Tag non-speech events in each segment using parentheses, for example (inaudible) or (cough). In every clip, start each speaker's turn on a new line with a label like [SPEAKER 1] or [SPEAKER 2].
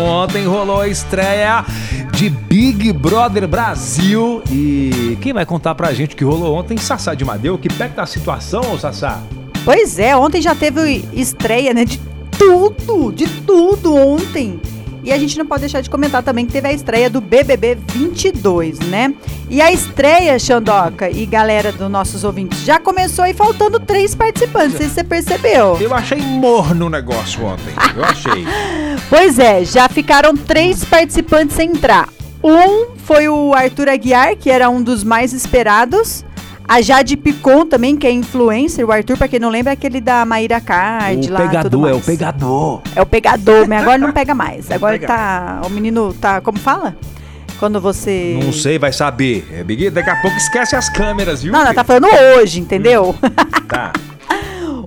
[SPEAKER 1] ontem rolou a estreia de Big Brother Brasil. E quem vai contar pra gente o que rolou ontem? Sassá de Madeu. Que pé que tá a situação, ô Sassá?
[SPEAKER 2] Pois é, ontem já teve estreia, né? De tudo, de tudo ontem. E a gente não pode deixar de comentar também que teve a estreia do BBB 22, né? E a estreia, Xandoca e galera dos nossos ouvintes, já começou aí faltando três participantes, não sei se você percebeu.
[SPEAKER 1] Eu achei morno o negócio ontem. Eu
[SPEAKER 2] (laughs)
[SPEAKER 1] achei.
[SPEAKER 2] pois é, já ficaram três participantes sem entrar. Um foi o Arthur Aguiar, que era um dos mais esperados. A Jade Picon também, que é influencer. O Arthur, pra quem não lembra, é aquele da Maíra Card
[SPEAKER 1] o
[SPEAKER 2] lá.
[SPEAKER 1] pegador,
[SPEAKER 2] tudo mais.
[SPEAKER 1] é o pegador.
[SPEAKER 2] É o pegador, mas
[SPEAKER 1] (laughs)
[SPEAKER 2] agora não pega mais. Agora
[SPEAKER 1] pega
[SPEAKER 2] tá. O menino tá. Como fala? Quando você.
[SPEAKER 1] Não sei, vai saber. É, Big, daqui a pouco esquece as câmeras, viu?
[SPEAKER 2] Não, ela
[SPEAKER 1] filho?
[SPEAKER 2] tá falando hoje, entendeu?
[SPEAKER 1] Tá.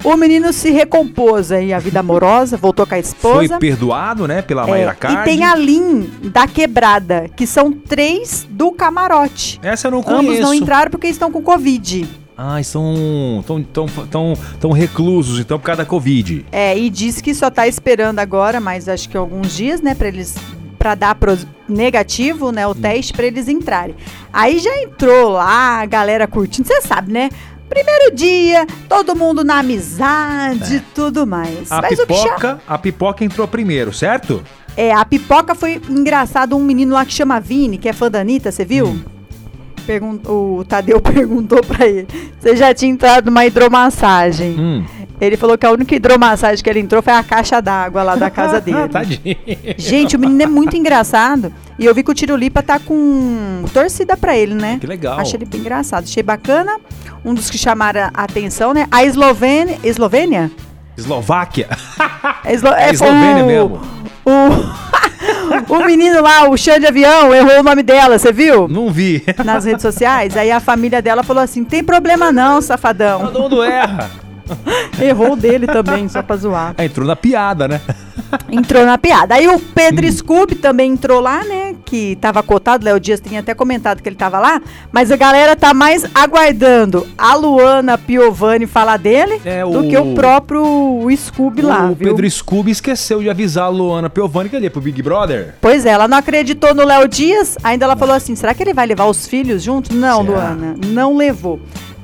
[SPEAKER 2] O menino se recompôs aí a vida amorosa, voltou com a
[SPEAKER 1] Foi
[SPEAKER 2] esposa.
[SPEAKER 1] perdoado, né, pela Mayra
[SPEAKER 2] É,
[SPEAKER 1] Card.
[SPEAKER 2] e tem a Lin da Quebrada, que são três do camarote.
[SPEAKER 1] Essa eu não conheço.
[SPEAKER 2] Ambos não entraram porque estão com Covid.
[SPEAKER 1] Ah, estão tão, tão, tão, tão reclusos, então, por causa da Covid.
[SPEAKER 2] É, e diz que só tá esperando agora, mas acho que alguns dias, né, pra eles para dar pros- negativo, né, o teste pra eles entrarem. Aí já entrou lá, a galera curtindo, você sabe, né? Primeiro dia, todo mundo na amizade, tudo mais.
[SPEAKER 1] É. A
[SPEAKER 2] mas o que chama,
[SPEAKER 1] pipoca, a pipoca entrou primeiro, certo?
[SPEAKER 2] é, a pipoca foi engraçado um menino lá que chama Vini, que é fã da Anitta, você viu?
[SPEAKER 1] Hum.
[SPEAKER 2] Pergun- o Tadeu (laughs) perguntou pra ele. Você já tinha entrado numa hidromassagem?
[SPEAKER 1] Hum.
[SPEAKER 2] Ele falou que a única hidromassagem que ele entrou foi a caixa d'água lá
[SPEAKER 1] (laughs)
[SPEAKER 2] da casa dele.
[SPEAKER 1] Ah, Tá Tadinho.
[SPEAKER 2] Gente, o menino é muito engraçado. E eu vi que o Tiro Lipa tá com torcida pra ele, né?
[SPEAKER 1] Que legal.
[SPEAKER 2] Achei ele bem engraçado. Achei bacana. Um dos que chamaram a atenção, né? A Eslovênia. Eslovênia?
[SPEAKER 1] Eslováquia.
[SPEAKER 2] A Eslo- É, foi
[SPEAKER 1] Eslovênia
[SPEAKER 2] o-
[SPEAKER 1] mesmo.
[SPEAKER 2] O... (laughs) o menino lá, o Xande Avião, errou o nome dela, você viu?
[SPEAKER 1] Não vi.
[SPEAKER 2] Nas redes sociais. Aí a família dela falou assim: tem problema não, safadão.
[SPEAKER 1] Todo mundo um erra.
[SPEAKER 2] Errou o dele também, só pra zoar.
[SPEAKER 1] É, Entrou na piada, né?
[SPEAKER 2] Entrou na piada. Aí o Pedro Scooby também entrou lá, né? Que tava cotado, Léo Dias tinha até comentado que ele tava lá, mas a galera tá mais aguardando a Luana Piovani falar dele
[SPEAKER 1] É,
[SPEAKER 2] do
[SPEAKER 1] o-
[SPEAKER 2] que o próprio Scooby lá,
[SPEAKER 1] o
[SPEAKER 2] viu?
[SPEAKER 1] Pedro Scooby esqueceu de avisar a Luana Piovani que ele ia pro Big Brother.
[SPEAKER 2] Pois é, ela não acreditou no Léo Dias, ainda ela falou assim: será que ele vai levar os filhos junto? Não,
[SPEAKER 1] Será?
[SPEAKER 2] Luana, não levou.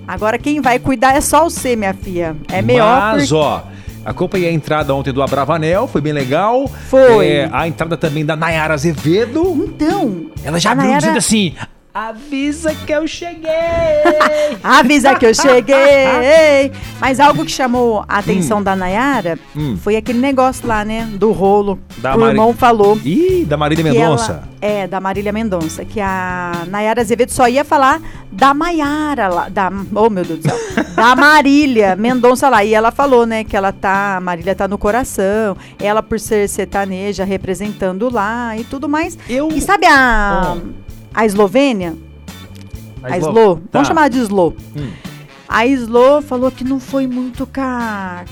[SPEAKER 2] Agora quem vai cuidar é só você, minha filha. É melhor.
[SPEAKER 1] Mas, ó, acompanhei a entrada ontem do Abravanel, foi bem legal.
[SPEAKER 2] Foi.
[SPEAKER 1] É, a entrada também da Nayara Azevedo.
[SPEAKER 2] Então.
[SPEAKER 1] Ela já
[SPEAKER 2] a
[SPEAKER 1] veio
[SPEAKER 2] Nayara-
[SPEAKER 1] dizendo assim: avisa que eu
[SPEAKER 2] (laughs)
[SPEAKER 1] cheguei.
[SPEAKER 2] Avisa que eu cheguei! Mas algo que chamou a atenção da Nayara
[SPEAKER 1] Hum.
[SPEAKER 2] foi aquele negócio lá, né? Do rolo.
[SPEAKER 1] Da
[SPEAKER 2] o
[SPEAKER 1] Mari-
[SPEAKER 2] irmão falou.
[SPEAKER 1] Ih, da Marília
[SPEAKER 2] que ela-
[SPEAKER 1] Mendonça.
[SPEAKER 2] é, da Marília Mendonça. Que a Nayara Azevedo só ia falar da Maiara lá. Da, oh, meu Deus do céu.
[SPEAKER 1] (laughs)
[SPEAKER 2] da Marília Mendonça lá. E ela falou, né? Que ela tá. A Marília tá no coração. Ela, por ser sertaneja, representando lá e tudo mais.
[SPEAKER 1] Eu.
[SPEAKER 2] E sabe a.
[SPEAKER 1] Oh.
[SPEAKER 2] A Eslovênia? A Slo.
[SPEAKER 1] Tá.
[SPEAKER 2] Vamos chamar de Slo.
[SPEAKER 1] Hum.
[SPEAKER 2] A Slo falou que não foi muito ca...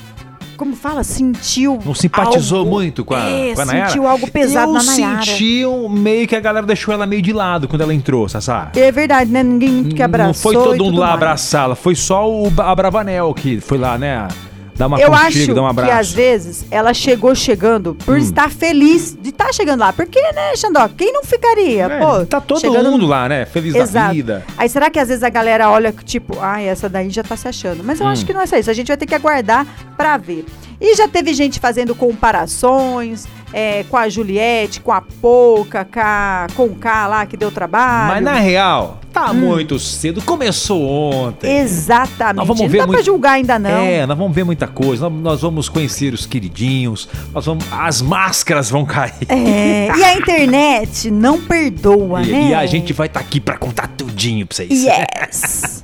[SPEAKER 2] Como fala? Sentiu.
[SPEAKER 1] Não simpatizou
[SPEAKER 2] algo-
[SPEAKER 1] muito com a,
[SPEAKER 2] É,
[SPEAKER 1] com a Nayara?
[SPEAKER 2] sentiu algo pesado
[SPEAKER 1] eu
[SPEAKER 2] na Nayara.
[SPEAKER 1] senti um- meio que a galera deixou ela meio de lado quando ela entrou, Sassá.
[SPEAKER 2] É verdade, né? Ninguém muito que abraçou.
[SPEAKER 1] Não foi
[SPEAKER 2] e
[SPEAKER 1] todo mundo
[SPEAKER 2] tudo
[SPEAKER 1] lá
[SPEAKER 2] mais.
[SPEAKER 1] abraçá-la, foi só o Ba- Abravanel que foi lá, né? Dar uma
[SPEAKER 2] Eu
[SPEAKER 1] contigo,
[SPEAKER 2] acho
[SPEAKER 1] dar um abraço. Hum.
[SPEAKER 2] que às vezes ela chegou chegando por estar feliz de estar chegando lá. Porque, né, Xandó? Quem não ficaria?
[SPEAKER 1] É,
[SPEAKER 2] Pô,
[SPEAKER 1] tá todo
[SPEAKER 2] chegando
[SPEAKER 1] mundo lá, né? Feliz da
[SPEAKER 2] Exato.
[SPEAKER 1] vida.
[SPEAKER 2] Aí será que às vezes a galera olha que tipo, ai, essa daí já tá se achando. Mas eu
[SPEAKER 1] Hum.
[SPEAKER 2] acho que não é só isso. A gente vai ter que aguardar pra ver. E já teve gente fazendo comparações é, com a Juliette, com a Pouca, com, a- com o K lá que deu trabalho.
[SPEAKER 1] Mas na real,
[SPEAKER 2] Hum.
[SPEAKER 1] tá muito cedo. Começou ontem.
[SPEAKER 2] Exatamente.
[SPEAKER 1] Nós vamos
[SPEAKER 2] não
[SPEAKER 1] ver
[SPEAKER 2] dá pra
[SPEAKER 1] muito-
[SPEAKER 2] julgar ainda É, não.
[SPEAKER 1] É, nós vamos ver muita coisa. Nós, nós vamos conhecer os queridinhos. Nós vamos, as máscaras vão cair.
[SPEAKER 2] É, e a internet não perdoa,
[SPEAKER 1] tá
[SPEAKER 2] né?
[SPEAKER 1] (laughs) E, e a gente vai estar aqui pra contar tudinho pra vocês.
[SPEAKER 2] Yes!